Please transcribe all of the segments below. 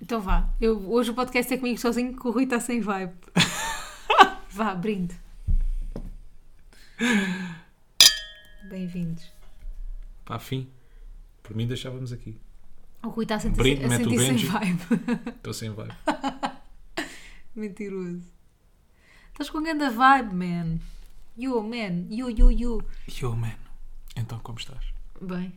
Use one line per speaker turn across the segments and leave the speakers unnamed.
Então vá. Eu, hoje o podcast é comigo sozinho, que o Rui está sem vibe. vá, brinde. Bem-vindos.
Pá, fim. Por mim deixávamos aqui.
O Rui está a sentir,
Brinde,
a
mete o
sentir sem
Benji.
vibe.
Estou sem vibe.
Mentiroso. Estás com grande vibe, man. Yo, man. Yo, yo, yo.
Yo, man. Então, como estás?
Bem,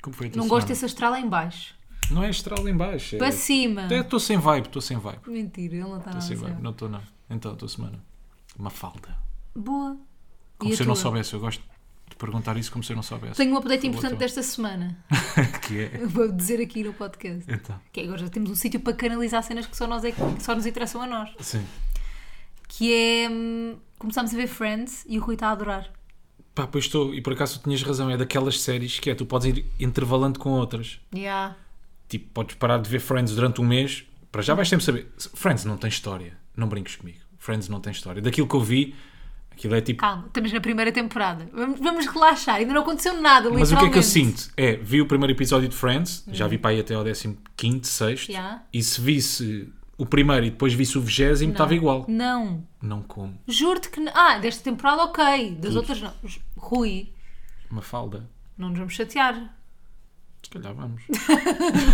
Como foi a tua
não gosto
semana?
desse astral em baixo.
Não é astral lá em baixo.
Para cima.
Estou sem vibe, estou sem vibe.
Mentira, ele não está nada
Estou sem vibe.
certo.
Não estou, não. Então, a tua semana. Uma falda.
Boa.
Como
E a
se eu não
tua?
soubesse. Eu gosto de perguntar isso como se eu não soubesse.
Tenho um update importante
tua.
desta semana.
que é?
Eu Vou dizer aqui no podcast.
Então.
Que agora já temos um sítio para canalizar cenas que só, nós é, que só nos interessam a nós.
Sim.
Que é. hum, começámos a ver Friends e o Rui está a adorar.
Pá, pois estou. E por acaso tu tinhas razão. É daquelas séries que é, tu podes ir intervalando com outras.
Yeah.
Tipo, podes parar de ver Friends durante um mês. Para já vais sempre saber. Friends não tem história. Não brinques comigo. Friends não tem história. Daquilo que eu vi, aquilo é tipo.
Calma, estamos na primeira temporada. Vamos, vamos relaxar, ainda não aconteceu nada,
Mas
literalmente. Hum.
o que é que eu sinto? É, vi o primeiro episódio de Friends, já vi para aí até ao 15, 6
Já.
e se visse o primeiro e depois visse o vigésimo, estava igual.
Não,
Não como.
juro-te que. n- Ah, desta temporada, ok. Das outras, não. Ju- Rui,
Uma falda.
não nos vamos chatear.
Se calhar vamos.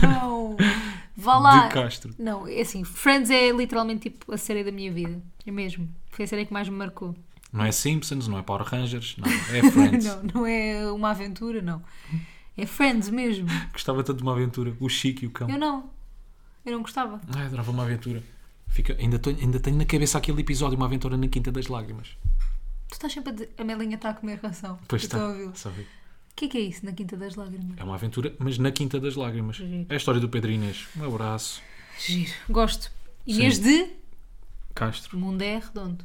Não. Vá lá.
De Castro.
Não, é assim, Friends é literalmente tipo a série da minha vida. É mesmo. Foi a série que mais me marcou.
Não é Simpsons, não é Power Rangers, não. É Friends.
Não, não é uma aventura, não. É Friends mesmo.
Gostava tanto de uma aventura. O Chico e o cão.
Eu não. Eu não gostava.
Ai, adorava uma aventura. Fica... Ainda, tenho- ainda tenho na cabeça aquele episódio, uma aventura na Quinta das Lágrimas.
Tu estás sempre a dizer. A Melinha está a comer ração.
Pois
Eu
está.
estou a ouvi-la.
Só vi.
O que é que é isso na Quinta das Lágrimas?
É uma aventura, mas na Quinta das Lágrimas.
Giro.
É a história do Pedro Inês. Um abraço.
Giro. Gosto. Inês de.
Castro.
O mundo é redondo.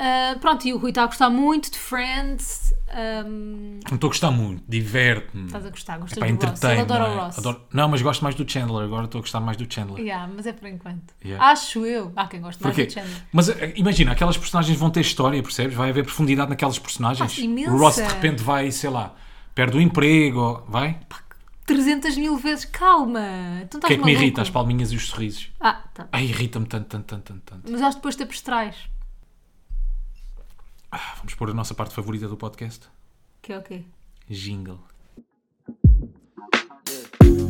Ah, pronto, e o Rui está a gostar muito de Friends. Ahm,
Não estou a gostar muito. Diverte-me.
estás a gostar, gostas
É para
do Ross. Ele
entreter.
adora
não,
o
é?
Ross.
Adoro- não, mas gosto mais do Chandler. Agora estou a gostar mais do Chandler.
Yeah, mas é por enquanto.
Yeah.
Acho eu. Há quem goste mais
Porquê?
do Chandler.
Mas eh, imagina, aquelas personagens vão ter história, percebes? Vai haver profundidade naquelas personagens.
Pá, imensa.
o Ross de repente vai, sei lá, perde o emprego, ou- vai?
300 mil vezes. Calma. Tu não
O
estás
que é que me
maluco?
irrita? As palminhas e os sorrisos.
Ah, tá.
Ai, irrita-me tanto, tanto, tanto, tanto, tanto.
Mas acho que depois te abstrais.
Ah, vamos pôr a nossa parte favorita do podcast.
Que é o quê?
Jingle.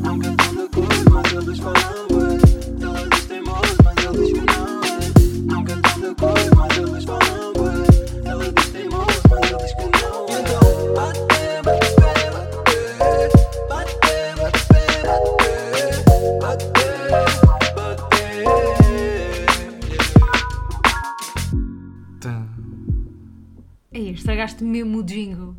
Nunca tão de acordo, mas eles falam ué. Eles teimos, mas eles que não é. Nunca tão de acordo, mas eles falam ué. Eles teimos, mas eles que não é. Então, bate, bate, bate, bate, bate, bate, bate, bate, bate.
Tã.
Ei, estragaste mesmo o jingle.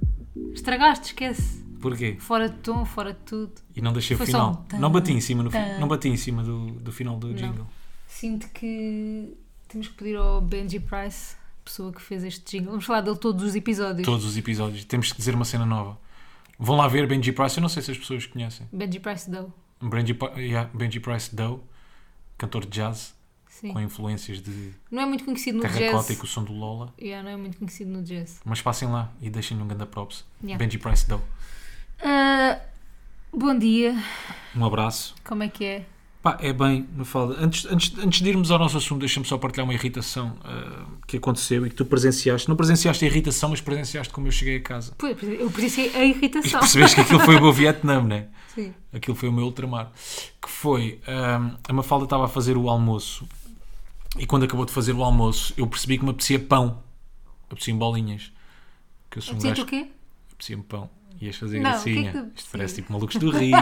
Estragaste, esquece.
Porquê?
Fora de tom, fora de tudo.
E não deixei
Foi
o
só
final.
um tã,
não bati em cima, no fi-
tã.
não bati em cima do, do final do jingle.
Sinto que temos que pedir ao Benji Price, pessoa que fez este jingle. Vamos falar dele todos os episódios.
Todos os episódios. Temos que dizer uma cena nova. Vão lá ver Benji Price. Eu não sei se as pessoas conhecem.
Benji Price deu.
Benji, Pa- yeah, Benji Price Doe, cantor de jazz,
Sim.
com influências de
Não é muito conhecido no
terracota e
jazz.
com o som do Lola.
Yeah, não é muito conhecido no jazz.
Mas passem lá e deixem-lhe um grande props.
Yeah.
Benji Price Doe.
Ah, bom dia.
Um abraço.
Como é que é?
Pá, é bem, me fala. Antes, antes, antes de irmos ao nosso assunto, deixa-me só partilhar uma irritação ah, que aconteceu e que tu presenciaste. Não presenciaste a irritação, mas presenciaste como eu cheguei a casa.
Pois, eu precisei a
E
irritação.
percebeste que aquilo foi o meu Vietnã, não é?
Sim.
aquilo foi o meu ultramar, que foi hum, a Mafalda estava a fazer o almoço e quando acabou de fazer o almoço eu percebi que me apetecia pão, apetecia bolinhas, que eu sou um
Sinto
gajo
o quê?
apetecia pão. Ias fazer
Não, o que é que
gracinha.
te apetecia?
Isto parece tipo malucos do riso.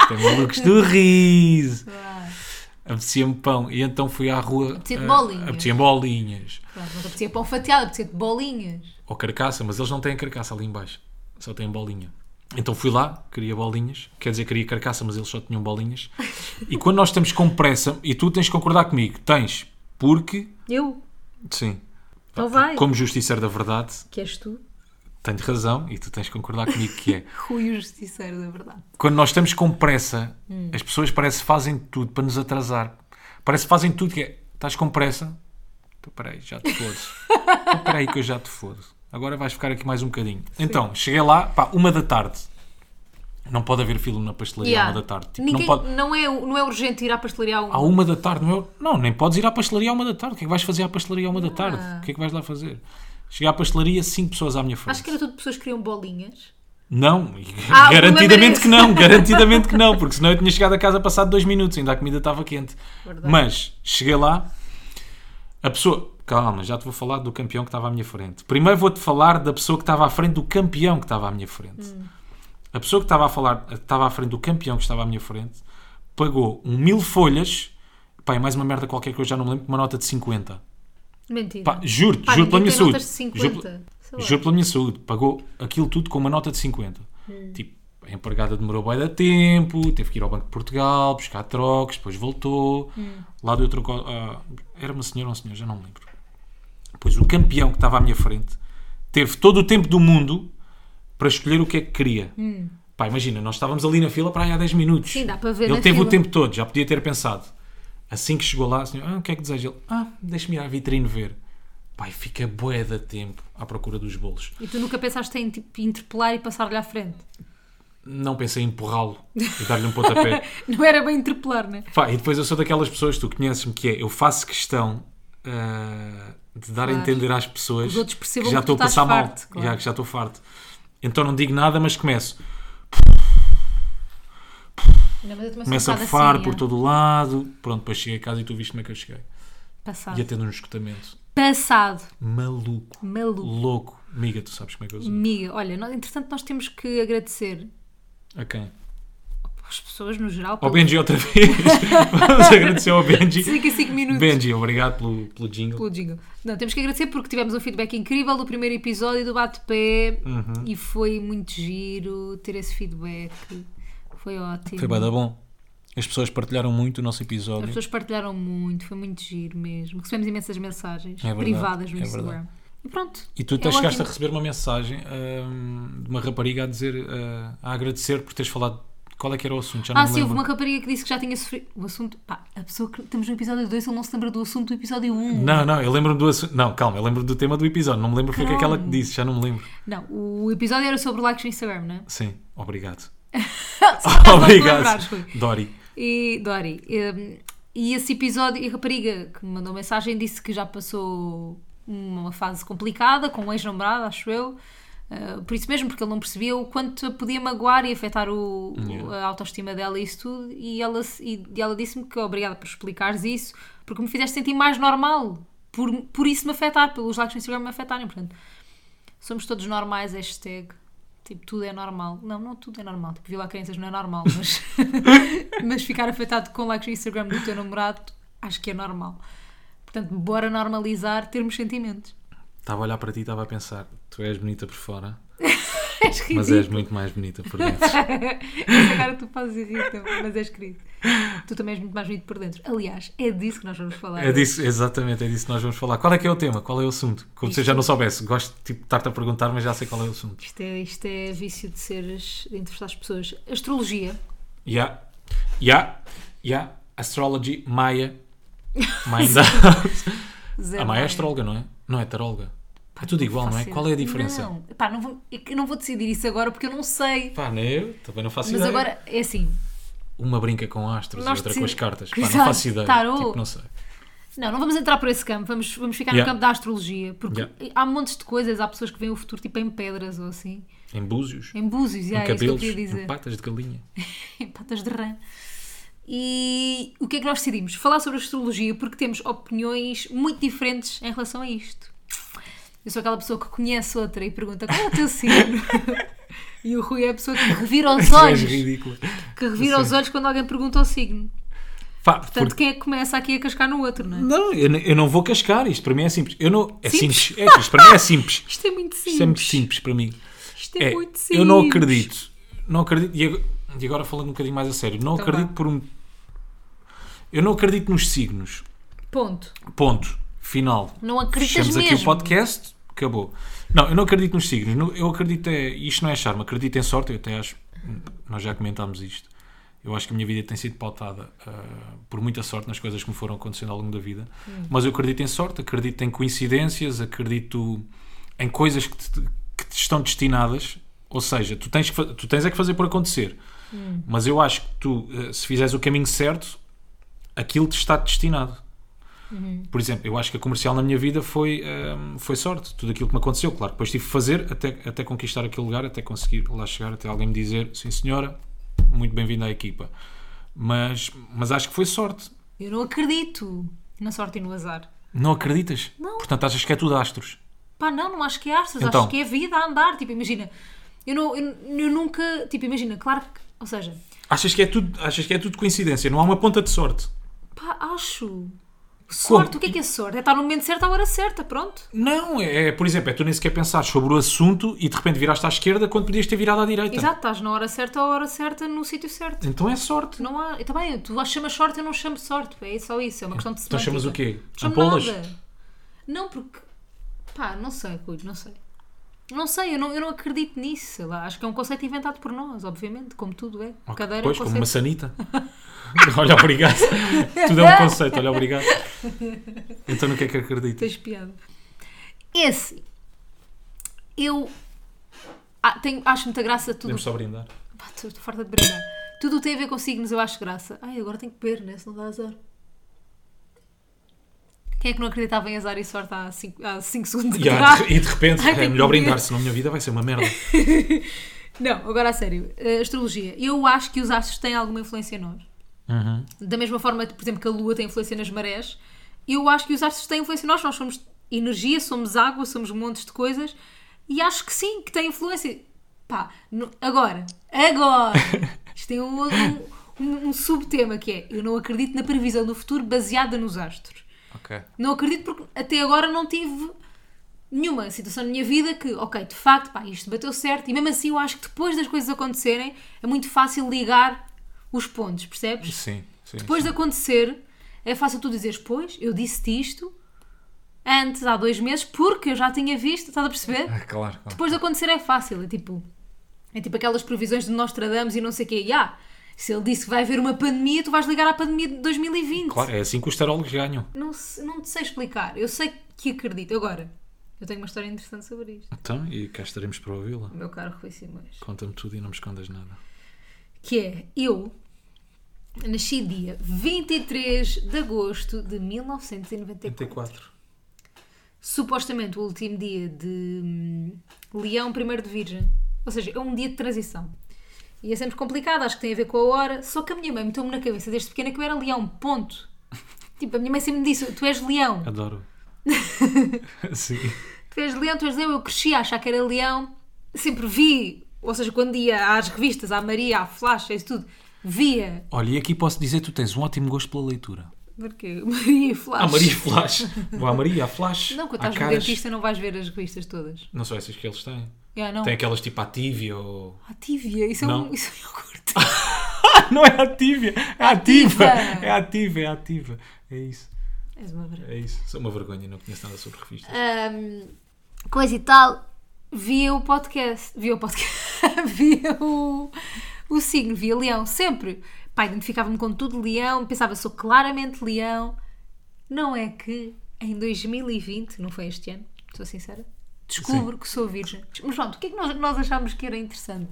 Isto é malucos do riso.
Ah,
Apetecia-me pão. E então fui à rua.
Apetecia-te
ah,
bolinhas.
Apetecia bolinhas.
pronto, não te apetecia pão fatiado, apetecia de bolinhas.
Ou carcaça, mas eles não têm carcaça ali em baixo. Só têm bolinha. Então fui lá, queria bolinhas, quer dizer, queria carcaça, mas eles só tinham bolinhas. E quando nós estamos com pressa, e tu tens de concordar comigo, tens, porque,
Eu?
sim,
Então vai.
como justiceiro da verdade,
Que és tu?
tenho razão, e tu tens de concordar comigo que é,
Rui o Justiceiro, da verdade.
quando nós estamos com pressa,
Hum.
as pessoas parece que fazem tudo para nos atrasar. Parece que fazem tudo que é, estás com pressa? Então peraí, já te fodo. Então peraí que eu já te fodo. Agora vais ficar aqui mais um bocadinho. Então, cheguei lá, pá, uma da tarde. Não pode haver filme na pastelaria à uma da tarde. Tipo,
Ninguém-
não pode... um
é, não é urgente ir à pastelaria à uma.
À uma da tarde, não, é- não, nem podes ir à pastelaria à uma da tarde. O que é que vais fazer à pastelaria à uma da tarde? O que é que vais lá fazer? Chegar à pastelaria, cinco pessoas à minha frente.
Acho que era tudo pessoas que queriam bolinhas.
Não,
Ah,
garantidamente
lembrei-me.
que não, garantidamente que não, porque senão eu tinha chegado a casa passado dois minutos, ainda a comida estava quente.
Verdade.
Mas cheguei lá, a pessoa. Calma, já te vou falar do campeão que estava à minha frente. Primeiro vou-te falar da pessoa que estava à frente do campeão que estava à minha frente.
Hum.
A pessoa que estava a falar, estava à frente do campeão que estava à minha frente, pagou um mil folhas, pá, é mais uma merda qualquer que eu já não me lembro, uma nota de 50.
Mentira.
Pá, juro,
Pá,
juro pela
ninguém tem
minha saúde.
notas de 50.
Juro,
Sei lá.
Juro pela minha saúde, pagou aquilo tudo com uma nota de 50.
Hum.
Tipo, a empregada demorou bem da tempo, teve que ir ao Banco de Portugal, buscar trocos, depois voltou.
Hum.
Lá deu troco. ah, era uma senhora ou um senhor, já não me lembro. Depois o campeão que estava à minha frente teve todo o tempo do mundo para escolher o que é que queria. Pá, imagina, nós estávamos ali na fila para aí há 10 minutos.
Hum. Sim, dá para ver
Ele
na
teve o
fila.
tempo todo, já podia ter pensado. Assim que chegou lá, assim, ah, o que é que deseja? Ele, ah, deixa-me ir à vitrine ver. Pai, fica bué da tempo à procura dos bolos.
E tu nunca pensaste em tipo, interpelar e passar-lhe à frente?
Não pensei em empurrá-lo e dar-lhe um pontapé.
Não era bem interpelar, né?
Pá, e depois eu sou daquelas pessoas, tu conheces-me, que é, eu faço questão ah, de dar a
Claro.
entender às pessoas
Os outros percebam
que já
que tu
estou a
estás
passar mal,
farto, claro.
já, que já estou farto. Então não digo nada, mas começo.
Não, mas eu também sou
Começo
um
a
bocado
bufar
assim,
por
é.
todo o lado. Pronto, depois cheguei a casa e tu viste como é que eu cheguei.
Passado.
Ia tendo um escutamento.
Passado.
Maluco.
Maluco.
Louco. Amiga, tu sabes como é que eu sou.
Amiga, olha, nós, entretanto nós temos que agradecer
A quem?
às pessoas no geral.
Ao
pelo-
Benji outra vez. Vamos agradecer ao Benji.
5 a 5 minutos.
Benji, obrigado pelo, pelo jingle.
Pelo jingle. tipo, Não, temos que agradecer porque tivemos um feedback incrível do primeiro episódio do Bate-Pé
Uhum.
e foi muito giro ter esse feedback. Foi ótimo.
Foi bada bom. As pessoas partilharam muito o nosso
As
episódio.
pessoas partilharam muito, foi muito giro mesmo. Recebemos imensas mensagens
É verdade,
privadas no
é
Instagram.
verdade.
E pronto.
E tu até
é
chegaste a
ótimo.
receber uma mensagem hum, de uma rapariga a dizer, ah, a agradecer por teres falado qual é que era o assunto. Já não
Ah,
me
sim,
lembro.
houve uma rapariga que disse que já tinha sofrido. O assunto. Pá, a pessoa que estamos no episódio 2, ele não se lembra do assunto do episódio 1.
Não, não, eu lembro-me do assunto. Não, calma, eu lembro do tema do episódio. Não me lembro foi o que é que ela te
Calma.
disse, já não me lembro.
Não, o episódio era sobre likes no Instagram, não é?
Sim, obrigado.
lembrares,
obrigado.
Rui.
Dori.
E Dori, hum, e esse episódio, e a rapariga que me mandou mensagem disse que já passou uma fase complicada com um ex-namorado, acho eu. Uh, por isso mesmo, porque ele não percebia o quanto a podia magoar e afetar o, o-
Yeah.
a autoestima dela e isso tudo. E ela, se- e, e ela disse-me que obrigada por explicares isso, porque me fizeste sentir mais normal. Por, por isso me afetar, pelos likes no Instagram me afetarem. Portanto, somos todos normais, hashtag. Tipo, tudo é normal. Não, não tudo é normal. Tipo, violar crianças não é normal, mas, mas ficar afetado com likes no Instagram do teu namorado, acho que é normal. Portanto, bora normalizar termos sentimentos.
Estava a olhar para ti e estava a pensar: tu és bonita por fora,
És
mas é.
ridículo.
és muito mais bonita por dentro.
Essa cara que tu fazes irrita mas és querido. Tu também és muito mais bonito por dentro. Aliás, é disso que nós vamos falar.
É disso, exatamente, é disso que nós vamos falar. Qual é que é o tema? Qual é o assunto? Como se eu já não soubesse. Gosto tipo, de estar-te a perguntar, mas já sei qual é o assunto.
Isto é, isto é vício de seres, de interessar as pessoas. Astrologia.
Yeah. Yeah. Yeah. Astrology, Maia. Mind
Zé
A Maia é
Maia.
astróloga, não é? Não é taróloga. É tudo igual, não é?
Faço
Qual é a
ideia.
diferença?
Não, Pá, não vou, eu não vou decidir isso agora porque eu não sei.
Pá, não, eu também não faço
Mas
ideia.
agora, é assim,
Uma brinca com astros e
Nós
outra com
decidimos-
as cartas. Pá, não
Exato.
faço ideia.
Tarô.
Tipo, não sei.
Não, não vamos entrar por esse campo, vamos, vamos ficar
Yeah.
no campo da astrologia, porque
Yeah.
há montes de coisas, há pessoas que veem o futuro tipo em pedras ou assim,
Em búzios,
em búzios,
em
yeah, é isso que eu
cabelos,
queria
em
dizer,
patas de galinha.
em patas de rã. E o que é que nós decidimos? Falar sobre astrologia porque temos opiniões muito diferentes em relação a isto. Eu sou aquela pessoa que conhece outra e pergunta qual é o teu signo? e o Rui é a pessoa que revira os
Tu és
olhos,
ridícula.
que revira os olhos quando alguém pergunta o signo.
Pá,
Portanto,
porque-
quem é que começa aqui a cascar no outro, não é?
Não, eu, n- eu não vou cascar. Isto para mim é simples. Eu não... É
Simples?
simples. É, isto para mim é simples.
Isto é muito simples.
Isto é muito simples para mim.
Isto é,
É,
muito simples.
eu não acredito. Não acredito. E ag- e agora falando um bocadinho mais a sério, não
Então
acredito
vá.
por um. Eu não acredito nos signos.
Ponto.
Ponto. Final.
Não acreditas
Fechamos
mesmo.
aqui o podcast. Acabou. Não, eu não acredito nos signos. No- Eu acredito é. Isto não é charme. Acredito em sorte. Eu até acho. Nós já comentámos isto. Eu acho que a minha vida tem sido pautada ah, por muita sorte nas coisas que me foram acontecendo ao longo da vida.
Hum.
Mas eu acredito em sorte, acredito em coincidências, acredito em coisas que te, que te estão destinadas Ou seja, tu tens, que fa- tu tens é que fazer por acontecer.
Hum.
Mas eu acho que tu, eh, se fizeres o caminho certo, aquilo te está destinado. Por exemplo, eu acho que a comercial na minha vida foi, ehm, foi sorte, tudo aquilo que me aconteceu. Claro, depois tive que fazer até, até conquistar aquele lugar, até conseguir lá chegar, até alguém me dizer: sim, senhora, muito bem-vindo à equipa. Mas, mas acho que foi sorte.
Eu não acredito na sorte e no azar.
Não acreditas? Portanto, achas que é tudo astros.
Pá, não, não acho que é artes,
Então.
acho que é vida a andar. Tipo, imagina, eu, não, eu, eu nunca, tipo, imagina, claro que, ou seja,
Achas que é tudo, achas que é tudo coincidência, não há uma ponta de sorte.
pá, acho. Sorte,
Como?
o que é que é sorte? É estar no momento certo à hora certa, pronto.
Não, é, é, por exemplo, é tu nem sequer pensar sobre o assunto e de repente viraste à esquerda quando podias ter virado à direita.
Exato, estás na hora certa, à hora certa, no sítio certo.
Então é sorte.
Não há, eu também, tu chamas sorte, eu não chamo de sorte, pá, é só isso, é uma questão de
Então
semântica.
chamas o quê?
Chamo
Ampolas?
nada. Não, porque, pá, não sei, Rui, não sei. Não sei, eu não, eu não acredito nisso, sei lá, acho que é um conceito inventado por nós, obviamente, como tudo é.
Ok,
Cadeira é um
pois, como
conceito
uma sanita. olha, obrigado. Tudo é um conceito, olha, obrigado. Então no que é que acredito?
Tens piada. Esse. Eu. Ah, tenho, acho muita graça tudo.
Podemos só brindar.
Pá, Estou estou farta de brindar. Tudo o que tem a ver com signos eu acho graça. Ai, agora tenho que beber, né? Senão dá azar. Quem é que não acreditava em azar e sorte há 5 segundos
E, ah,
atrás?
de- e de repente,
Ai, tenho
é melhor
que beber.
brindar, senão a minha vida vai ser uma merda.
Não, agora a sério. Eh, astrologia. Eu acho que os astros têm alguma influência em nós.
Uhum.
Da mesma forma, por exemplo, que a lua tem influência nas marés, eu acho que os astros têm influência em nós. Nós somos energia, somos água, somos montes de coisas e acho que sim, que tem influência. Pá, no- agora, agora, isto tem um, um- um- um subtema que é: eu não acredito na previsão do futuro baseada nos astros.
Ok.
Não acredito porque até agora não tive nenhuma situação na minha vida que, ok, de facto, pá, isto bateu certo e mesmo assim eu acho que depois das coisas acontecerem é muito fácil ligar os pontos, percebes?
Sim, sim.
Depois de acontecer, é fácil tu dizeres, pois, eu disse-te isto antes, há dois meses, porque eu já tinha visto, estás a perceber?
Ah, claro, claro.
Depois de acontecer é fácil, é tipo, é tipo aquelas previsões de Nostradamus e não sei o quê. E, ah, se ele disse que vai haver uma pandemia, tu vais ligar à pandemia de 2020.
Claro, é assim que os tarólogos ganham.
Não, se- não te sei explicar, eu sei que acredito. Agora, eu tenho uma história interessante sobre isto.
Então, e cá estaremos para ouvi-la.
Meu caro Rui Simões.
Conta-me tudo e não me escondas nada.
que é eu nasci dia 23 de agosto de 1994.
34.
Supostamente o último dia de hum, Leão, primeiro de Virgem. Ou seja, é um dia de transição. E é sempre complicado, acho que tem a ver com a hora. Só que a minha mãe meteu-me na cabeça desde pequena que eu era leão, ponto. Tipo, a minha mãe sempre me disse: Tu és leão,
Adoro. sim.
tu és leão, tu és leão. Eu cresci a achar que era leão, sempre vi, ou seja, quando ia às revistas, à Maria, à Flash, a isso tudo, via
Olha, e aqui posso dizer que tu tens um ótimo gosto pela leitura.
Porquê? Maria e Flash.
A Ah, Maria Flash. Vou à Maria, à Flash.
Não, quando
Há
estás no
caras-
dentista não vais ver as revistas todas.
Não são essas que eles têm.
Ah, não.
Tem aquelas tipo Ativia ou.
Ah, tívia. Isso é
Não.
um isso é um iogurte.
não é Ativia, é
Ativa.
Ativa. É Ativa, é Ativa. É isso,
És uma vergonha.
é isso. Sou uma vergonha, não conheço nada sobre revistas.
Ahm, coisa e tal. Via o podcast. Via o podcast. via o, o signo, via leão. Sempre. Pá, identificava-me com tudo leão. Pensava, sou claramente leão. Não é que em 2020, não foi este ano, sou sincera, descubro que sou virgem. Mas pronto, o que é que nós, nós achámos que era interessante?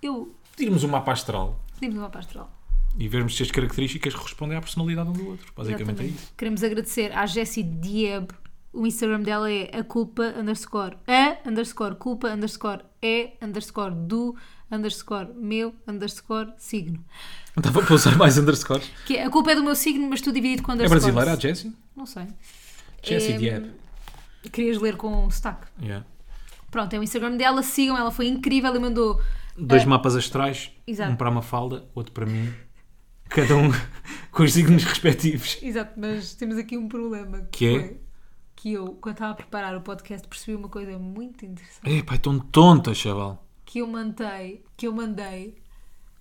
Eu
Tirmos um mapa astral
pedimos uma pastoral.
e vermos se as características respondem à personalidade um do outro. Basicamente é
Exatamente.
isso.
Queremos agradecer à Jessie Dieb. O Instagram dela é a culpa underscore a underscore culpa underscore é underscore do underscore meu underscore signo.
Não estava para usar mais underscores.
Que é- a culpa é do meu signo, mas tudo dividido com
É
underscores.
brasileira a Jessie?
Não sei.
Jessie
Em-
Diab.
Querias ler com um sotaque.
Yeah.
Pronto, é o Instagram dela. Sigam, ela foi incrível e mandou.
Dois mapas astrais,
Exato.
um para a Mafalda, outro para mim. Cada um com os signos respectivos.
Exato, mas temos aqui um problema.
Que é? foi
que eu, quando estava a preparar o podcast, percebi uma coisa muito interessante.
Epá, tão tonta, chaval.
que eu mandei, que eu mandei,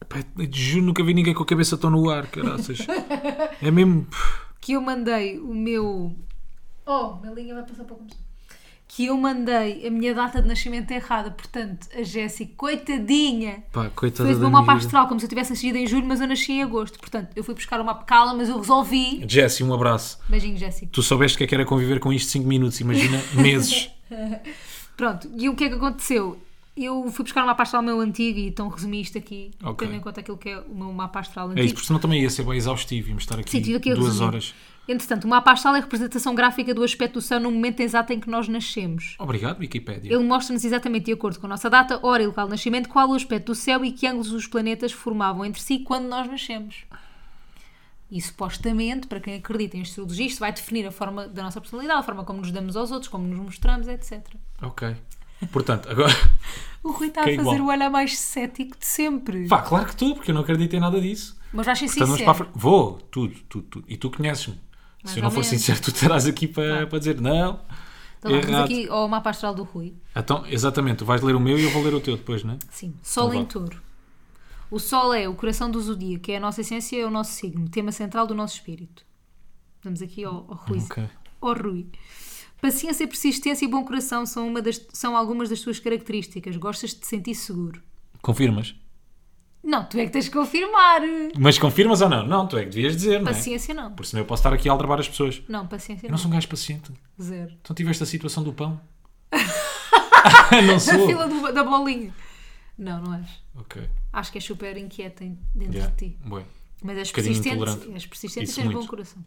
Epá, eu juro, nunca vi ninguém com a cabeça tão no ar, caraças. É mesmo...
que eu mandei o meu. Oh, minha linha vai passar para o computador. Que eu mandei a minha data de nascimento errada, portanto, a Jéssica, coitadinha,
Pá, coitada
fez o
da
meu mapa
minha
astral como se eu tivesse nascido em julho, mas eu nasci em agosto. Portanto, eu fui buscar o mapa cala, mas eu resolvi.
vida. Jessie, um abraço.
Beijinho, Jéssica.
Tu soubeste que é que era conviver com isto 5 minutos, imagina, meses.
Pronto, e o que é que aconteceu? Eu fui buscar um mapa astral meu antigo e então resumi isto aqui,
Ok.
tendo em conta aquilo que é o meu mapa astral antigo.
É isso, porque senão também ia ser bem exaustivo. Íamos estar aqui
Tipo- Sim, tive aqui a
duas
resumir.
horas.
Entretanto, o mapa astral é a representação gráfica do aspecto do céu no momento exato em que nós nascemos.
Obrigado, Wikipédia.
Ele mostra-nos exatamente de acordo com a nossa data, hora e local de nascimento, qual o aspecto do céu e que ângulos os planetas formavam entre si quando nós nascemos. E supostamente, para quem acredita em astrologia, isto vai definir a forma da nossa personalidade, a forma como nos damos aos outros, como nos mostramos, etc.
Ok. Portanto, agora.
O Rui está
Que é
a fazer
igual.
o olhar mais cético de sempre.
Pá, claro que tu, porque eu não acredito em nada disso.
Mas vais ser
Portanto, vamos para a
sincero.
frente. Vou, tudo, tudo, tudo. E tu conheces-me.
Mais
Se eu
ou
não for
menos.
sincero, tu estarás aqui para, para dizer não.
Então, vá, vamos
errado.
aqui ao mapa astral do Rui.
Então, exatamente, tu vais ler o meu e eu vou ler o teu depois, não é?
Sim, Sol
Então
em
vá.
Touro. O Sol é o coração do zodíaco, é a nossa essência, é o nosso signo, tema central do nosso espírito. Vamos aqui ao, ao Rui.
Ok.
Ao Rui. Paciência, persistência e bom coração são, uma das, são algumas das tuas características. Gostas de te sentir seguro.
Confirmas?
Não, tu é que tens que confirmar.
Mas confirmas ou não? Não, tu é que devias dizer, não é?
Paciência não.
Porque senão eu posso estar aqui a aldrabar as pessoas.
Não, paciência
Eu
não.
não sou um gajo paciente.
Zero.
Então tiveste a situação do pão? não
Da
sou.
fila do- da bolinha. Não, não és.
Ok.
Acho que és super inquieta em- dentro
Yeah.
de ti.
Bué.
Mas és
bocadinho
persistente,
intolerante.
és persistente
Isso
e tens
muito.
um bom coração.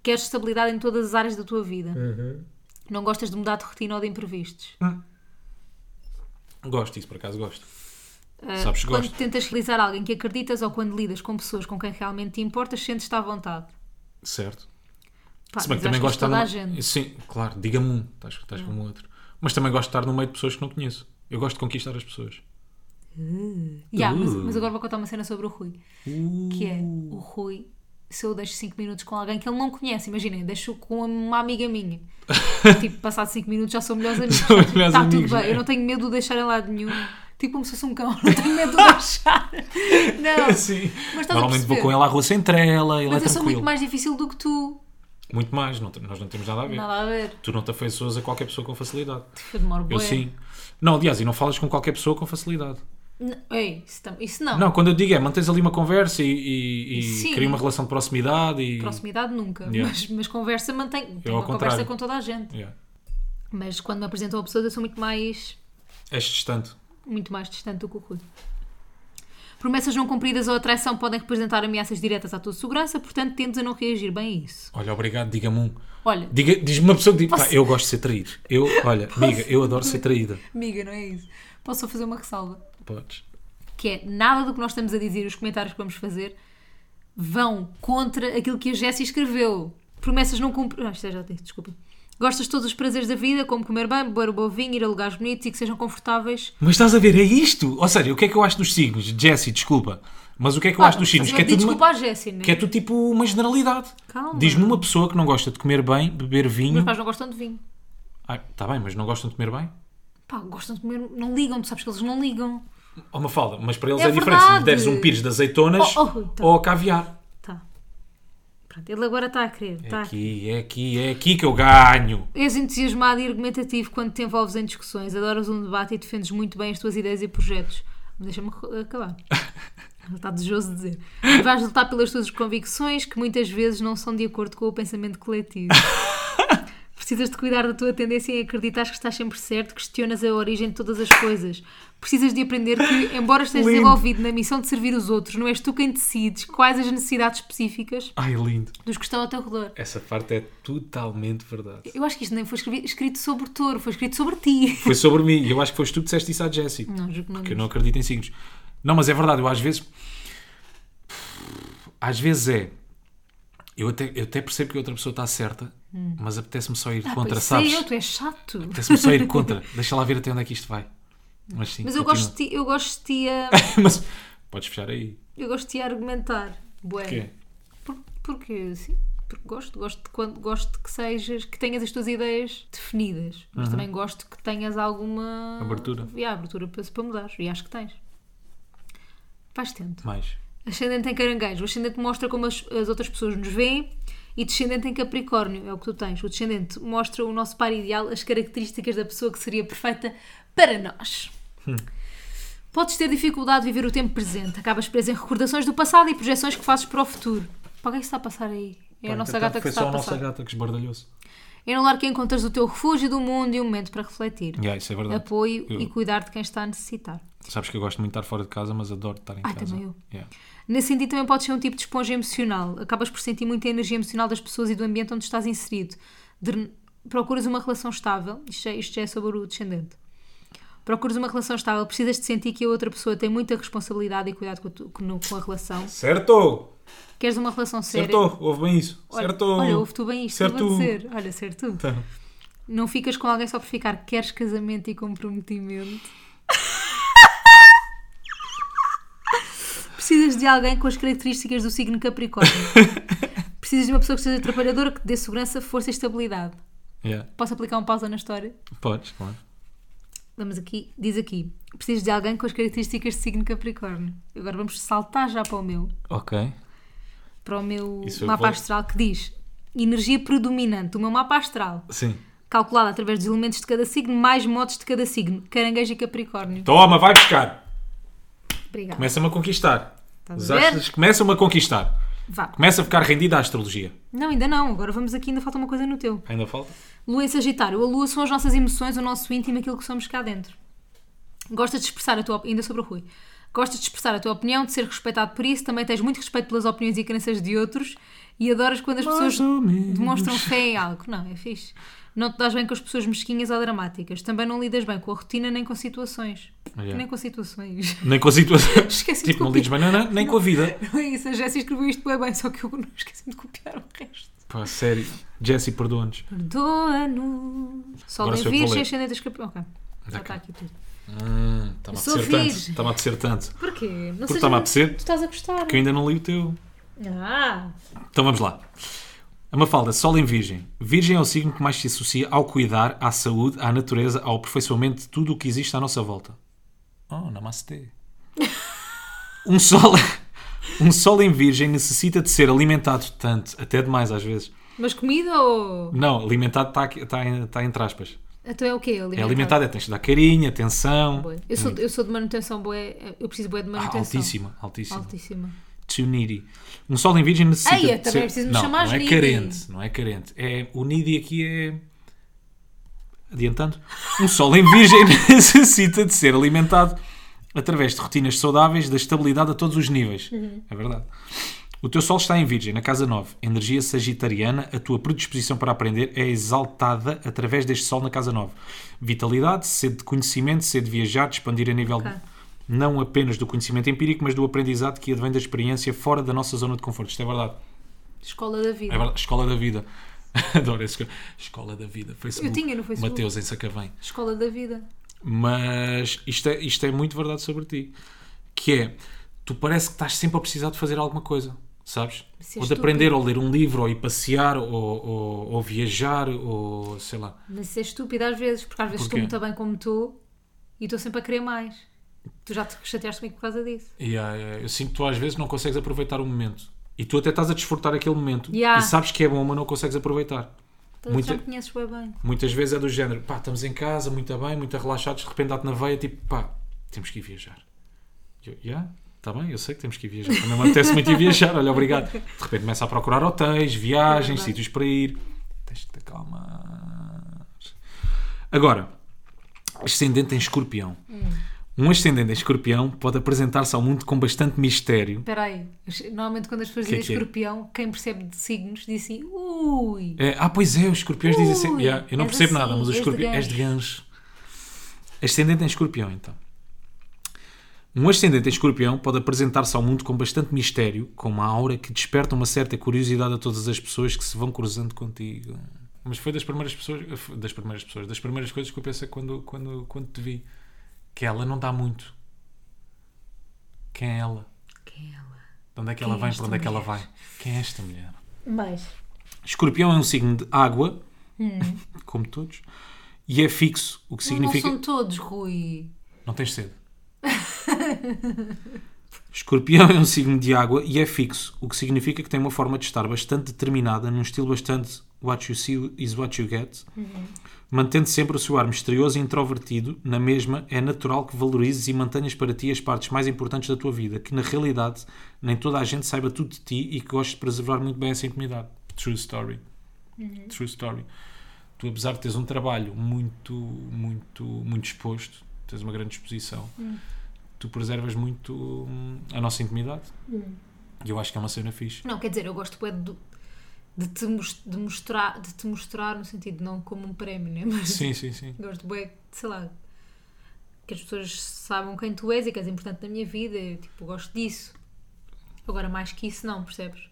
Queres estabilidade em todas as áreas da tua vida. Não gostas de mudar de rotina ou de imprevistos.
Hum. Gosto disso, por acaso gosto.
Ah,
Sabes que
quando
gosto.
tentas realizar alguém que acreditas ou quando lidas com pessoas com quem realmente te importas, sentes-te à vontade.
Certo.
Pá,
Se
Ah, mas
bem que também
acho
gosto de
isto toda a
estar. no-
gente. Ah.
Sim, claro, diga-me um, estás, estás como outro. Mas também gosto de estar no meio de pessoas que não conheço. Eu gosto de conquistar as pessoas.
Yeah, mas,
Uh.
mas agora vou contar uma cena sobre o Rui. Que é
Hum.
o Rui, se eu deixo 5 minutos com alguém que ele não conhece, imaginem, deixo com uma amiga minha. tipo, passado 5 minutos já sou melhores amigos.
São melhores
Está tudo
amigos,
bem,
né?
eu não tenho medo de o deixar em lado nenhum. Tipo, como se fosse um cão, não tenho medo de o deixar. Não,
Sim.
Mas estás a
Normalmente vou
perceber?
com ele à rua Centrela, ele
mas
é
eu sou
tranquilo.
muito mais difícil do que tu.
Muito mais, não te- nós não temos nada a ver.
Nada a ver. tipo,
Tu não te afeiçoas a qualquer pessoa com facilidade.
Eu demoro
Eu
bué.
sim. Não, aliás, e não falas com qualquer pessoa com facilidade.
N- Ei, isso, tam- isso não.
Não, quando eu digo é, mantens ali uma conversa e, e, e
Sim.
cria uma relação de proximidade e.
Proximidade nunca.
Yeah.
Mas, mas conversa mantém. Tenho
ao
uma conversa
contrário.
com toda a gente.
Yeah.
Mas quando me apresentam a pessoas, eu sou muito mais.
És distante.
muito mais distante do que o Rui. Promessas não cumpridas ou atraição podem representar ameaças diretas à tua segurança, portanto tendes a não reagir bem a isso.
Olha, obrigado, diga-me um.
Olha,
Diga- Diz-me uma pessoa que diz, pá, eu gosto de ser traído. Eu, olha, amiga, eu adoro ser traída.
amiga, não é isso? Posso só fazer uma ressalva?
Podes.
Que é nada do que nós estamos a dizer e os comentários que vamos fazer vão contra aquilo que a Jessie escreveu. Promessas não cumpridas. Ah, isto já disse, desculpa. Gostas de todos os prazeres da vida, como comer bem, beber o bom vinho, ir a lugares bonitos e que sejam confortáveis.
Mas estás a ver, é isto? Ou seja, o que é que eu acho dos signos? Jesse, desculpa. Mas o que é que eu acho dos signos? Que é,
Mas eu
tudo
pedi desculpa
uma-
à Jessie, né?
que é tudo tipo uma generalidade.
Calma.
Diz-me uma pessoa que não gosta de comer bem, beber vinho.
Meus pais não gostam de vinho.
Ah, tá bem, mas não gostam de comer bem?
Pá, gostam de comer, não ligam, tu sabes que eles não ligam.
Ó, uma falda, mas para eles
É
é, diferente se lhe
verdade.
deres um pires de azeitonas
Oh, oh, então.
ou caviar.
Tá. Pronto, ele agora está a querer.
É
tá.
aqui, é aqui, é aqui que eu ganho.
És entusiasmado e argumentativo quando te envolves em discussões, adoras um debate e defendes muito bem as tuas ideias e projetos. Deixa-me ro- acabar. Ele está desejoso de dizer. Vais lutar pelas tuas convicções, que muitas vezes não são de acordo com o pensamento coletivo. Precisas de cuidar da tua tendência em acreditar que estás sempre certo, questionas a origem de todas as coisas. Precisas de aprender que, embora estejas
Lindo.
envolvido na missão de servir os outros, não és tu quem decides quais as necessidades específicas
Ai, lindo.
dos que estão ao teu redor.
Essa parte é totalmente verdade.
Eu acho que isto nem foi escrevi- escrito sobre o touro, foi escrito sobre ti.
Foi sobre mim e eu acho que foste tu que disseste isso à Jessie.
Não, juro que não.
Porque eu não acredito em signos. Não, mas é verdade, eu às vezes. Às vezes é. Eu até, eu até percebo que a outra pessoa está certa, mas apetece-me só
Hum.
ir
Ah, Pois
contra,
sei
sabes?
eu, tu és chato.
Apetece-me só ir contra. Deixa lá ver até onde é que isto vai. Mas sim.
Mas eu
continua.
gosto, de ti, eu gosto de ti a,
mas podes fechar aí.
eu gosto de ti a argumentar. Bué.
Quê?
Por- porque sim, porque gosto, gosto de quando gosto que sejas, que tenhas as tuas ideias definidas, mas também gosto que tenhas alguma
Uhum. Abertura.
Yeah, abertura para, para mudar. E acho que tens. Vais tendo.
Mais.
Ascendente em caranguejo. O ascendente mostra como as, as outras pessoas nos veem e descendente em capricórnio. É o que tu tens. O descendente mostra o nosso par ideal, as características da pessoa que seria perfeita para nós.
Hum.
Podes ter dificuldade de viver o tempo presente. Acabas preso em recordações do passado e projeções que fazes para o futuro. Para o que é que se está a passar aí? É a nossa gata que
então foi
se está
só
a
a
passar.
nossa gata que esbardalhou-se.
Em no lar que encontras o teu refúgio do mundo e um momento para refletir.
Yeah, isso é verdade.
Apoio e
Eu-
cuidar de quem está a necessitar.
Sabes que eu gosto muito de estar fora de casa, mas adoro estar em
Ah,
casa.
também eu.
Yeah.
Nesse sentido, também podes ser um tipo de esponja emocional. Acabas por sentir muita energia emocional das pessoas e do ambiente onde estás inserido. Dren- Procuras uma relação estável. Isto, é- isto já é sobre o descendente. Procuras uma relação estável. Precisas de sentir que a outra pessoa tem muita responsabilidade e cuidado com a, tu- com no- com a relação.
Certo!
Queres uma relação séria.
Certo! Ouve bem isso.
Olha,
certo!
olha, ouve tu bem isto.
Certo!
Certo. Vou dizer. Olha, certo.
Tá.
Não ficas com alguém só por ficar. Queres casamento e comprometimento. Precisas de alguém com as características do signo Capricórnio. Precisas de uma pessoa que seja trabalhadora, que te dê segurança, força e estabilidade.
Yeah.
Posso aplicar um pausa na história?
Podes, claro.
Vamos aqui, diz aqui. Precisas de alguém com as características do signo Capricórnio. Agora vamos saltar já para o meu,
Ok.
para o meu
Isso eu
mapa
vou-
astral que diz energia predominante. O meu mapa astral,
Sim.
calculado através dos elementos de cada signo, mais modos de cada signo, caranguejo e Capricórnio.
Toma, vai buscar.
Obrigada.
Começa-me a conquistar.
Estás
Os
a ver?
astros começam-me a conquistar.
Vá.
Começa a ficar rendida à astrologia.
Não, ainda não. Agora vamos aqui, ainda falta uma coisa no teu.
Ainda falta?
Lua em Sagitário. A Lua são as nossas emoções, o nosso íntimo, aquilo que somos cá dentro. Gostas de expressar a tua op- ainda sobre o Rui. Gostas de expressar a tua opinião, de ser respeitado por isso, também tens muito respeito pelas opiniões e crenças de outros e adoras quando as pessoas
ou menos.
demonstram fé em algo. Não, é fixe. Não te dás bem com as pessoas mesquinhas ou dramáticas. Também não lidas bem com a rotina nem com situações.
Yeah.
Nem com situações.
Nem com a situação.
Esqueci de
tipo, não
copiar.
lides banana, nem com a vida.
Não é isso, a Jéssica escreveu isto bem bem, só que eu não esqueci de copiar o resto.
Pá, sério. Jesse, perdoa-nos.
Perdoa-nos. Sol
Agora
em
sou eu que vou
virgem,
ler. é
ascendente escorpião. Ok. Já
Ok.
está aqui tudo.
Hum, Está-me a
Eu sou
apetecer tanto.
virgem.
Está-me a apetecer tanto.
Porquê? Não
Porque
sejas
está-me a
muito-
apetecer.
Tu estás a gostar.
Que eu ainda não li o teu.
Ah,
Então vamos lá. A Mafalda, Sol em Virgem. Virgem é o signo que mais se associa ao cuidar, à saúde, à natureza, ao aperfeiçoamento de tudo o que existe à nossa volta. Oh, namastê. Um sol, um sol em Virgem necessita de ser alimentado tanto, até demais às vezes.
mas comida ou.
Não, alimentado está tá, tá entre aspas.
Então é o quê?
É alimentado, é tens de dar carinho, atenção.
Bué. Eu sou, eu sou de manutenção boé. Eu preciso boé de
Ah,
manutenção.
altíssima, altíssima.
Altíssima.
Too needy. Um sol em virgem necessita
Ai, eu
de
também
ser...
preciso me
não,
chamar
não é
needy.
carente, não é carente. É, o needy aqui é... Adiantando. Um sol em virgem necessita de ser alimentado através de rotinas saudáveis, da estabilidade a todos os níveis.
Uhum.
É verdade. O teu sol está em virgem, na casa 9. Energia sagitariana, a tua predisposição para aprender é exaltada através deste sol na casa 9. Vitalidade, sede de conhecimento, sede de viajar, de expandir a nível
Ok.
não apenas do conhecimento empírico, mas do aprendizado que advém da experiência fora da nossa zona de conforto. Isto é verdade.
Escola da vida.
É verdade. Escola da vida. Adoro esse. Escola da vida. Facebook.
Eu tinha no Facebook.
Mateus em Sacavém.
Escola da vida.
Mas isto é, isto é muito verdade sobre ti. Que é, tu parece que estás sempre a precisar de fazer alguma coisa,
Isso
sabes?
é
ou de
estúpido.
aprender, ou ler um livro, ou ir passear, ou, ou, ou viajar, ou sei lá.
Mas isso é estúpido às vezes, porque às vezes estou
Porquê?
muito bem como estou e estou sempre a querer mais. Tu já te chateaste comigo por causa disso.
E, ah, é, eu sinto que tu às vezes não consegues aproveitar o momento. E tu até estás a desfrutar aquele momento.
Yeah.
E sabes que é bom, mas não consegues aproveitar.
Então,
Muito-
Já me conheces bem bem.
Muitas vezes é do género, pá, estamos em casa, muito bem, muito relaxados, de repente dá-te na veia, tipo, pá, temos que ir viajar. E Eu, yeah, está bem, eu sei que temos que ir viajar, também me apetece muito ir viajar, olha, obrigado. De repente começa a procurar hotéis, viagens,
É verdade.
sítios para ir. Tens que te acalmar. Agora, ascendente em escorpião.
Hum.
Um ascendente em escorpião pode apresentar-se ao mundo com bastante mistério.
Espera aí, normalmente quando as pessoas
Que é
dizem
que é?
escorpião, quem percebe de signos diz assim, ui,
É, ah, pois é, os escorpiões dizem
Ui,
sempre. Yeah, eu não
és
percebo
assim,
nada, mas os
és de
escorpiões. És de
gancho.
gancho. Ascendente em escorpião, então. Um ascendente em escorpião pode apresentar-se ao mundo com bastante mistério, com uma aura que desperta uma certa curiosidade a todas as pessoas que se vão cruzando contigo. Mas foi das primeiras pessoas, das primeiras pessoas, das primeiras coisas que eu pensei quando, quando, quando te vi. Que ela não dá muito. Quem é ela?
quem é ela?
De onde é que
Quem
ela
é
vem?
esta
Para onde é que ela
mulher?
vai? Quem é esta mulher?
Mais.
Escorpião é um signo de água, como todos, e é fixo, o que significa.
Hum. Não são todos, Rui.
Não tens sede. Escorpião é um signo de água e é fixo, o que significa que tem uma forma de estar bastante determinada, num estilo bastante what you see is what you get, mantendo sempre o seu ar misterioso e introvertido. Na mesma, é natural que valorizes e mantenhas para ti as partes mais importantes da tua vida, que na realidade nem toda a gente saiba tudo de ti e que gostes de preservar muito bem essa intimidade. True story. True story. tu apesar de teres um trabalho muito, muito, muito exposto, tens uma grande exposição, tu preservas muito hum, a nossa intimidade. E eu acho que é uma cena fixe.
Não, quer dizer, eu gosto bué de, de, te, mos- de mostrar, de te mostrar no sentido não como um prémio, né? Mas
Sim, sim, sim.
gosto bué, de, sei lá, que as pessoas saibam quem tu és e que és importante na minha vida. Eu, tipo, gosto disso. Agora, mais que isso, não, percebes?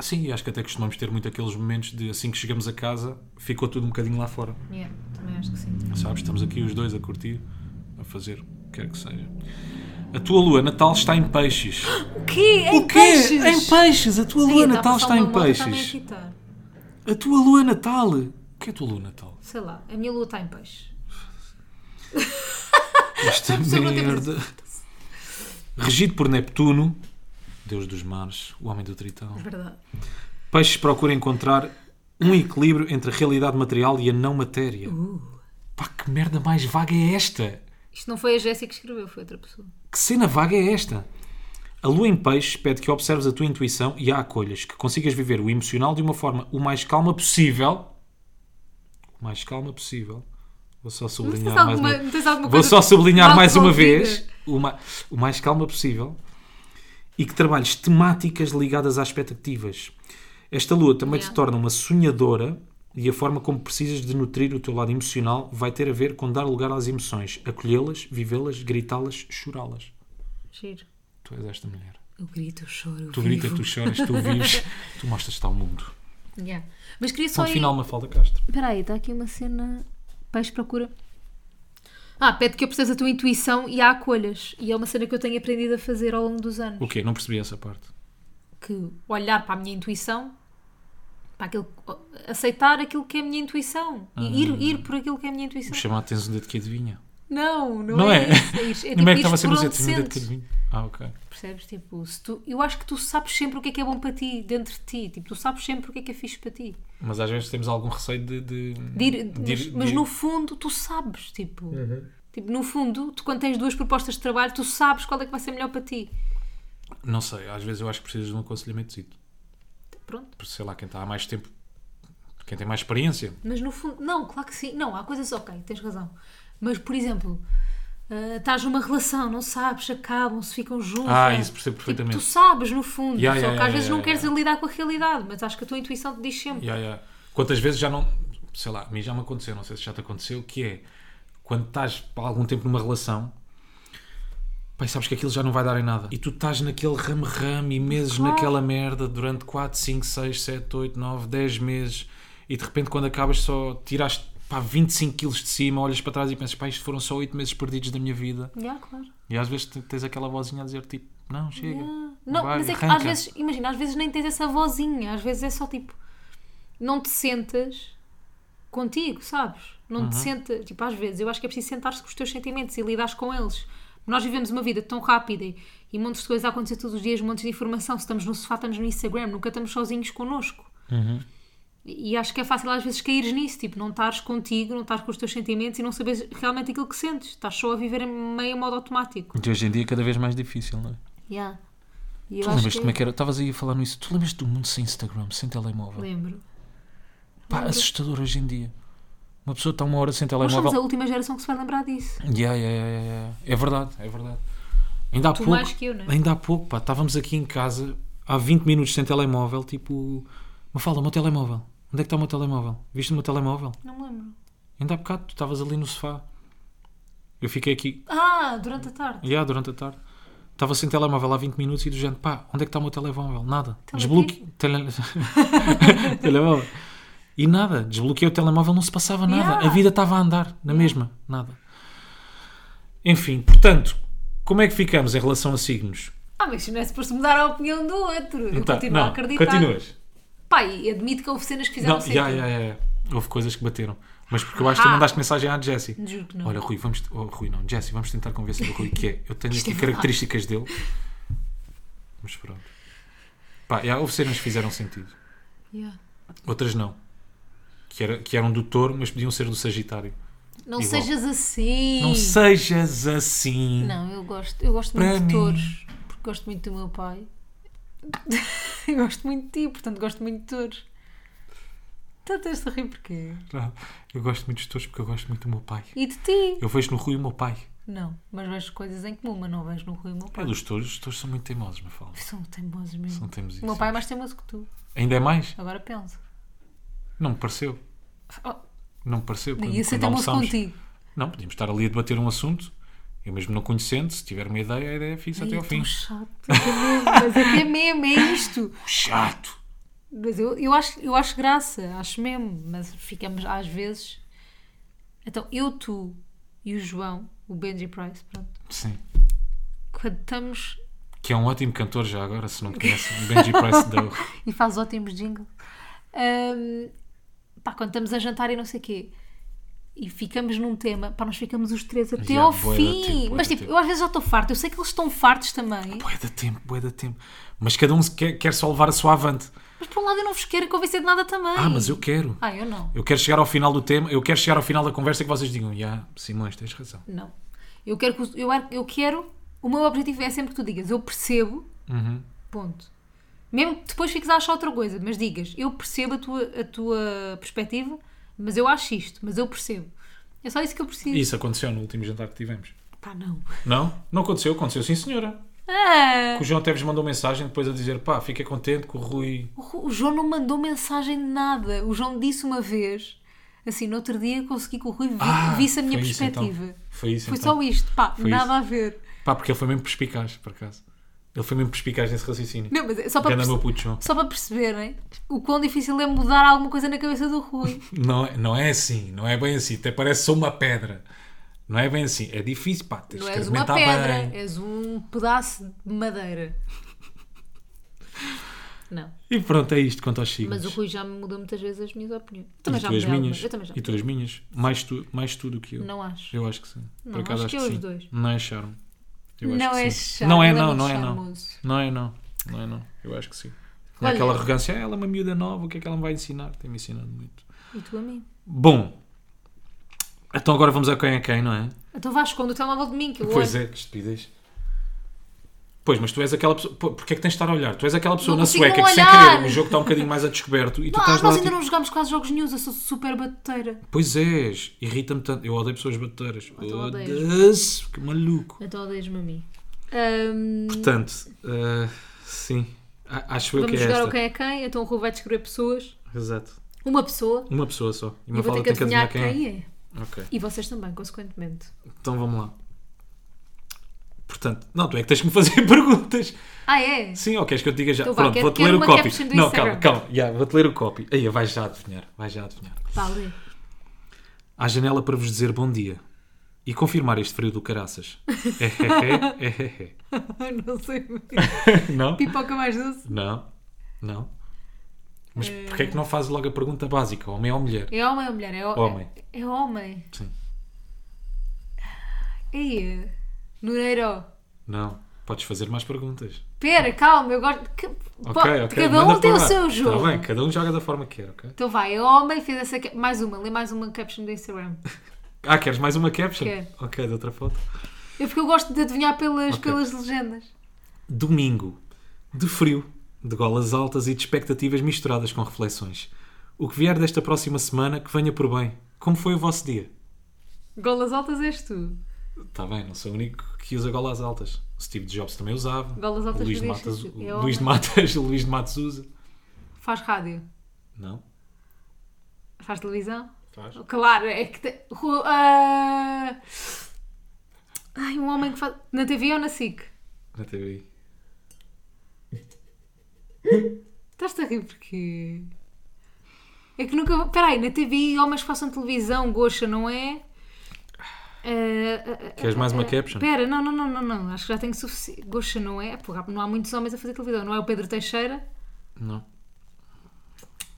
Sim, e acho que até costumamos ter muito aqueles momentos de assim que chegamos a casa, ficou tudo um bocadinho lá fora.
Yeah, também acho que sim.
Sabes, estamos aqui os dois a curtir, a fazer o que quer que seja. A tua lua natal está em peixes.
O quê? Em
o quê? Em peixes! A tua
tá
lua natal está em peixes. A tua lua natal! O que é a tua lua natal?
Sei lá, a minha lua está em peixe.
Esta
pessoa não tem
merda. Regido por Neptuno, deus dos mares, o homem do tritão.
Verdade.
Peixes procura encontrar um equilíbrio entre a realidade material e a não matéria. Pá, que merda mais vaga é esta?
Isto não foi a Jéssica que escreveu, foi outra pessoa.
Que cena vaga é esta? A lua em peixes pede que observes a tua intuição e a acolhas, que consigas viver o emocional de uma forma o mais calma possível. O mais calma possível. Vou só
tens
sublinhar mais
alguma-
uma
não tens alguma
Vou
coisa
só sublinhar
mal
mais uma
desenvolvida?
vez. O, ma- o mais calma possível. E que trabalhes temáticas ligadas às expectativas. Esta lua também te
Yeah.
torna uma sonhadora e a forma como precisas de nutrir o teu lado emocional vai ter a ver com dar lugar às emoções, acolhê-las, vivê-las, gritá-las, chorá-las.
Giro.
Tu és esta mulher.
Eu grito, eu choro. eu
Tu gritas,
vivo.
tu choras, tu vives, tu mostras-te ao mundo.
Yeah. Mas queria só.
Ponto
ir-
final, Mafalda Castro.
Espera aí, está aqui uma cena. Peixe procura. Ah, pede que eu percebas a tua intuição e a acolhas. E é uma cena que eu tenho aprendido a fazer ao longo dos anos.
O quê? Não percebi essa parte.
que olhar para a minha intuição, para aquilo, aceitar aquilo que é a minha intuição, e
Uhum.
ir, ir por aquilo que é a minha intuição.
Me chamar tens um dedo que adivinha.
Não, não,
Não
é,
é?
isso. É, isso. é
Como
tipo,
é que estava a
ires
ser
por
dizer
onde
tens um dedo que
sentes.
adivinha? Ah, ok.
Percebes? Tipo, se tu, eu acho que tu sabes sempre o que é que é bom para ti, dentro de ti. Tipo, tu sabes sempre o que é que é fixe para ti.
Mas às vezes temos algum receio de. de-
De ir-
de
mas,
ir-
mas
de ir-
no fundo, tu sabes. Tipo,
Uhum.
tipo, no fundo, tu quando tens duas propostas de trabalho, tu sabes qual é que vai ser melhor para ti.
Não sei, às vezes eu acho que precisas de um aconselhamento.
Pronto.
Porque sei lá, quem está há mais tempo. Quem tem mais experiência.
Mas no fundo, não, claro que sim. Não, há coisas, ok, tens razão. Mas, por exemplo, ah, estás numa relação, não sabes, se acabam, se ficam juntos.
Ah,
não é?
isso percebo
Tipo,
perfeitamente.
tu sabes, no fundo,
Yeah,
só
yeah,
que às
yeah,
vezes
yeah,
não queres lidar com a realidade, mas acho que a tua intuição te diz sempre.
Ya, ya. Quantas vezes já não. Sei lá, a mim já me aconteceu, não sei se já te aconteceu, que é quando estás há algum tempo numa relação. Pai, sabes que aquilo já não vai dar em nada. E tu estás naquele ramo-ramo e meses
Claro.
naquela merda durante 4, 5, 6, 7, 8, 9, 10 meses e de repente quando acabas só tiraste pá, 25 quilos de cima, olhas para trás e pensas, pá, isto foram só 8 meses perdidos da minha vida.
Yeah, claro.
E às vezes te- tens aquela vozinha a dizer tipo, não, chega.
Yeah. Não,
vai,
mas é que às
arranca."
vezes, imagina, às vezes nem tens essa vozinha, às vezes é só tipo, não te sentas contigo, sabes? Não te sentas, tipo, às vezes eu acho que é preciso sentar-se com os teus sentimentos e lidares com eles. Nós vivemos uma vida tão rápida e- e montes de coisas a acontecer todos os dias, montes de informação. Se estamos no sofá, estamos no Instagram, nunca estamos sozinhos connosco.
Uhum.
E e acho que é fácil às vezes caíres nisso, tipo, não estares contigo, não estares com os teus sentimentos e não saberes realmente aquilo que sentes. Estás só a viver em meio modo automático.
De hoje em dia é cada vez mais difícil, não é?
Yeah. E eu
Tu
acho
lembras
que-
como é que era? Estavas aí a falar nisso. Tu lembras do mundo sem Instagram, sem telemóvel?
Lembro.
Pá, assustador hoje em dia. Uma pessoa está uma hora sem
Nós somos a
telemóvel.
última geração que se vai lembrar disso.
Yeah, yeah, yeah, yeah, yeah. É verdade, é verdade. Ainda há
Tu
pouco.
mais que eu, né?
Ainda há pouco, pá, estávamos aqui em casa há 20 minutos sem telemóvel, tipo. Mas fala, o meu telemóvel. Onde é que está o meu telemóvel? Viste o meu telemóvel?
Não me lembro.
Ainda há bocado, tu estavas ali no sofá. Eu fiquei aqui,
Ah, durante a tarde.
Yeah, durante a tarde. Estava sem telemóvel há 20 minutos e do género, pá, onde é que está o meu telemóvel? Nada.
Tele-
Desbloqueei. Tele... telemóvel. E nada. Desbloqueei o telemóvel, não se passava nada.
Yeah.
A vida estava a andar, na mesma. Nada. Enfim, portanto, como é que ficamos em relação a signos?
Ah, mas isso não é suposto mudar a opinião do outro. Eu
Então,
continuo a acreditar.
Continuas.
Pá, e admito que houve cenas que fizeram
Não,
sentido.
yeah, yeah, yeah. Houve coisas que bateram. Mas porque eu acho que tu
Ah.
mandaste mensagem à Jessie.
Juro que não.
Olha, Rui, vamos. oh, Rui, não, Jesse, vamos tentar convencer o Rui que é. Eu tenho
Isto
aqui
é verdade.
características dele. Mas pronto. Pá, já, houve cenas que fizeram sentido.
Yeah.
Outras não. Que, era, que eram do touro, mas podiam ser do Sagitário.
Não
Igual.
sejas assim.
Não sejas assim.
Não, eu gosto, eu gosto
Para
muito
mim.
de touros. Porque gosto muito do meu pai. eu gosto muito de ti, portanto gosto muito de touros. Tu tens de rir porquê?
Não, Ah, Eu gosto muito dos teus porque eu gosto muito do meu pai.
E de ti?
Eu vejo no Rui o meu pai.
Não, mas vejo coisas em comum, mas não vejo no Rui o meu
Pá,
pai.
dos touros, os touros são muito teimosos, me falam.
São teimosos mesmo.
São teimosos.
O meu pai é mais teimoso que tu.
Ainda é mais?
Agora penso.
Não me pareceu.
Oh,
Não me pareceu.
nem
Quando- um
ia ser
quando
teimoso
almoçámos-
contigo.
Não, podíamos estar ali a debater um assunto. Eu mesmo não conhecendo, se tiver uma ideia, a ideia é fixa
Ai,
até
é
ao fim.
tão chato. é mesmo, Mas é que é mesmo, é isto.
Chato!
Mas eu, eu, acho, eu acho graça, acho mesmo. Mas ficamos às vezes. Então, eu, tu e o João, o Benji Price, pronto,
Sim.
quando estamos.
Que é um ótimo cantor já agora, se não conhecem. Benji Price da
E faz ótimos jingles. Ahm, pá, quando estamos a jantar e não sei o quê. E ficamos num tema, pá, nós ficamos os três até
Já, é
ao
bué da
fim.
tempo, bué
Mas
da
tipo,
tempo.
eu às vezes já estou farta, eu sei que eles estão fartos também.
Bué da tempo, bué da tempo. Mas cada um se quer, quer só levar a sua avante.
Mas por um lado eu não vos quero convencer de nada também.
Ah, mas eu quero.
Ah, eu não.
Eu quero chegar ao final do tema, eu quero chegar ao final da conversa que vocês digam, já, Simões, tens razão.
Não. Eu quero, que os- eu, ar- eu quero. O meu objetivo é sempre que tu digas, eu percebo.
Uhum.
Ponto. Mesmo que depois fiques a achar outra coisa, mas digas, eu percebo a tua, a tua perspectiva, mas eu acho isto, mas eu percebo. É só isso que eu preciso.
Isso aconteceu no último jantar que tivemos.
Pá, não.
Não? Não aconteceu, aconteceu sim, senhora.
Ah,
Que o João até vos mandou mensagem depois a dizer, pá, fica contente que o Rui.
o Ru- o João não mandou mensagem de nada. O João disse uma vez, assim, no outro dia consegui que o Rui vi-
Ah,
visse a minha
foi isso,
perspectiva.
então. Foi isso,
Foi
então.
só isto, pá,
Foi
nada a ver.
Pá, porque ele foi mesmo perspicaz, por acaso. Ele foi mesmo perspicaz nesse raciocínio.
Não, mas é só para
Ganda
perce-
meu puto João.
Só para perceberem o quão difícil é mudar alguma coisa na cabeça do Rui.
Não, é- não é assim, não é bem assim. Até parece só uma pedra. Não é bem assim. É difícil, pá, tens
Não
de
és uma
argumentar
pedra,
bem.
és um pedaço de madeira. Não,
E pronto, é isto quanto aos signos.
mas o Rui já me mudou muitas vezes as minhas opiniões.
E
Também já
tu as
mudei algumas.
minhas.
Eu também já.
E tu as minhas. Mais tu, mais tu do que eu.
Não acho.
Eu acho que sim.
Não, acho que é os
sim.
dois.
Não é charme. Eu acho
Não
que
é
sim.
charme,
Não é
ele é
não,
muito
não é não.
charmoso.
Não é não. Não é não. Eu acho que sim. Tinha
Olha-
aquela arrogância, "Ah, ela é uma miúda nova, o que é que ela me vai ensinar? Tem-me ensinado muito.
E tu a mim.
Bom, então agora vamos a quem é quem, não é?
Então vá, esconde o telemóvel de mim, que eu
Pois
olho.
é, que estupidez. Pois, mas tu és aquela pessoa. Pô, Porquê é que tens de estar a olhar? Tu és aquela pessoa
Não
na
consigo
Sueca
não
que, sem
olhar.
querer, o jogo está um bocadinho mais a descoberto e tu
Não,
estás
Ah, nós
lá.
ainda
tipo,
não jogámos quase jogos nenhum, eu sou super batuteira.
Pois és, irrita-me tanto. Eu odeio pessoas bateiras.
tu odeias.
Odeio-se, que maluco.
Então odeias-me a mim. Ahm,
Portanto, eh, sim. A- Acho eu
vamos
que é
jogar
esta.
ao quem é quem, então o Rui vai descrever pessoas.
Exato.
Uma pessoa.
Uma pessoa só. E
E
uma
vou
fala
ter
tem
que adivinhar quem é.
Ok.
E vocês também, consequentemente.
Então vamos lá. Portanto, não, tu é que tens que me fazer perguntas.
Ah, é?
Sim, ou queres que eu te diga já?
Então vá,
Pronto,
quero-
vou-te
quero
ler o
uma
copy.
caption do
Não,
Instagram.
calma, calma. Yeah, vou-te ler o copy. Aí, vais já adivinhar. Vais já adivinhar.
Vale.
À janela para vos dizer bom dia. E confirmar este frio do caraças. É, é, é,
não sei.
é. Não?
Pipoca mais doce.
Não. Não. Mas
Eh.
porquê é que não fazes logo a pergunta básica? Homem ou mulher?
É homem ou mulher? É ho-
Homem.
É, é homem.
Sim.
Ei, Nureiro.
Não. Podes fazer mais perguntas.
Pera, calma, eu gosto. Que...
Ok,
Pá,
ok.
Cada
manda
um tem o
para lá.
seu jogo.
Tá bem, cada um joga da forma que quer, ok?
Então vai, é homem, fez essa. ca- Mais uma, lê mais uma caption do Instagram.
Ah, queres mais uma caption?
Quero.
Ok, de outra foto.
É porque eu gosto de adivinhar pelas,
Ok.
pelas legendas.
Domingo. De frio, de golas altas e de expectativas misturadas com reflexões. O que vier desta próxima semana, que venha por bem. Como foi o vosso dia?
Golas altas és tu.
Está bem, não sou o único que usa golas altas. O Steve Jobs também usava.
Golas altas
o Luís de
fazia
Matas,
sentido.
o
É
Luís de
homem.
Matas, o Luís de Matos usa.
Faz rádio.
Não?
Faz televisão.
Faz.
Claro, é que. te- Ru- ah, Ai, um homem que faz. Na TV ou na SIC?
Na TV.
Estás-te a rir porquê? É que nunca. Peraí, na TV, homens que façam televisão, goxa, não é? ah, Espera,
Queres mais uma caption?
Pera, não, não, não, não, não, acho que já tenho suficiente. Goxa não é? Porra, não há muitos homens a fazer televisão. Não é o Pedro Teixeira,
Não.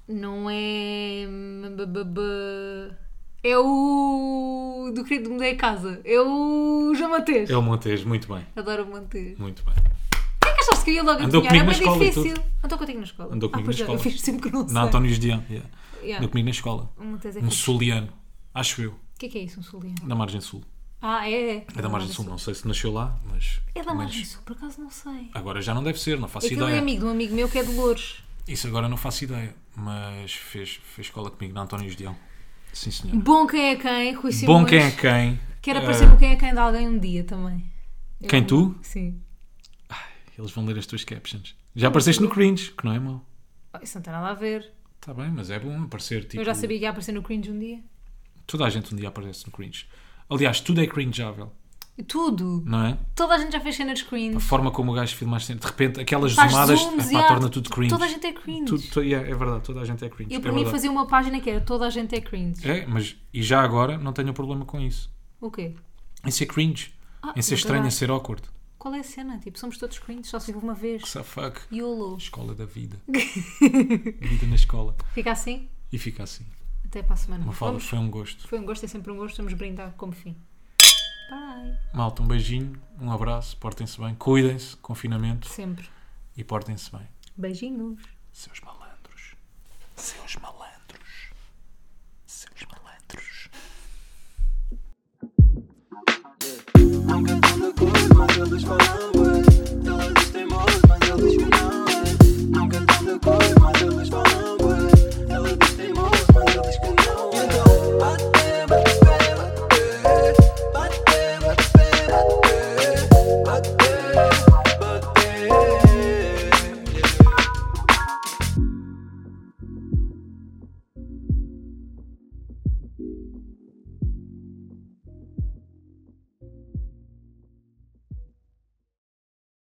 não é. b- b- b- É o. do querido que mudei a casa. É o João Mateus.
É o Montes, muito bem.
Adoro o Montes.
Muito bem.
Quem é que achaste que eu ia logo
Andou
adivinhar? É
comigo na
bem
escola e
difícil. Andou contigo na escola.
Andou comigo
ah, pois
na
é,
escola.
Eu fiz sempre que não sei.
Na Antónios Dião. Yeah.
Yeah.
Andou comigo na escola.
O Montes é
Um
fixe.
soliano. Acho eu.
O que é que é isso, um soliano?
Da Margem Sul.
Ah, é. É
É da Margem Sul. Não sei se nasceu lá, mas.
É da
pelo
Margem
menos-
Sul, por acaso não sei.
Agora já não deve ser, não faço
Aquele é
ideia.
amigo de um amigo meu que é de Louros.
Isso agora não faço ideia, mas fez, fez escola comigo na António Judião. Sim, senhor.
Bom quem é quem, Rui Simões.
Bom quem é quem.
Quero
Eh,
aparecer no quem é quem de alguém um dia também. Eu-
Quem tu?
Sim.
Eles vão ler as tuas captions. Já apareceste no cringe, que não é mau.
Oh, Isso não tem nada a ver.
Está bem, mas é bom aparecer. Tipo,
Eu já sabia que ia aparecer no cringe um dia.
Toda a gente um dia aparece no cringe. Aliás, tudo é cringeável,
Tudo.
não é?
Toda a gente já fez cenas
A
cringe.
forma como o gajo filma as cenas, de repente, aquelas
Faz
zoomadas,
zooms,
epá,
yeah.
torna tudo cringe.
Toda a gente é cringe.
Tudo- tu- yeah, é verdade, toda a gente é cringe.
Eu,
é
para mim,
verdade.
fazia uma página que era toda a gente é cringe.
É, mas e já agora não tenho problema com isso.
O quê?
Em ser cringe,
Ah,
em ser
mas
estranho, em
caralho.
ser awkward.
Qual é a cena? Tipo, somos todos cringe, só se vive uma vez.
Que sa- fuck.
YOLO.
Escola da vida. vida na escola.
Fica assim.
E fica assim.
Até para a semana.
Uma fala,
Vamos-
foi um gosto.
Foi um gosto, é sempre um gosto. Vamos brindar como fim. Bye.
Malta, um beijinho, um abraço, portem-se bem, cuidem-se, confinamento
Sempre.
e portem-se bem.
Beijinhos.
Seus malandros.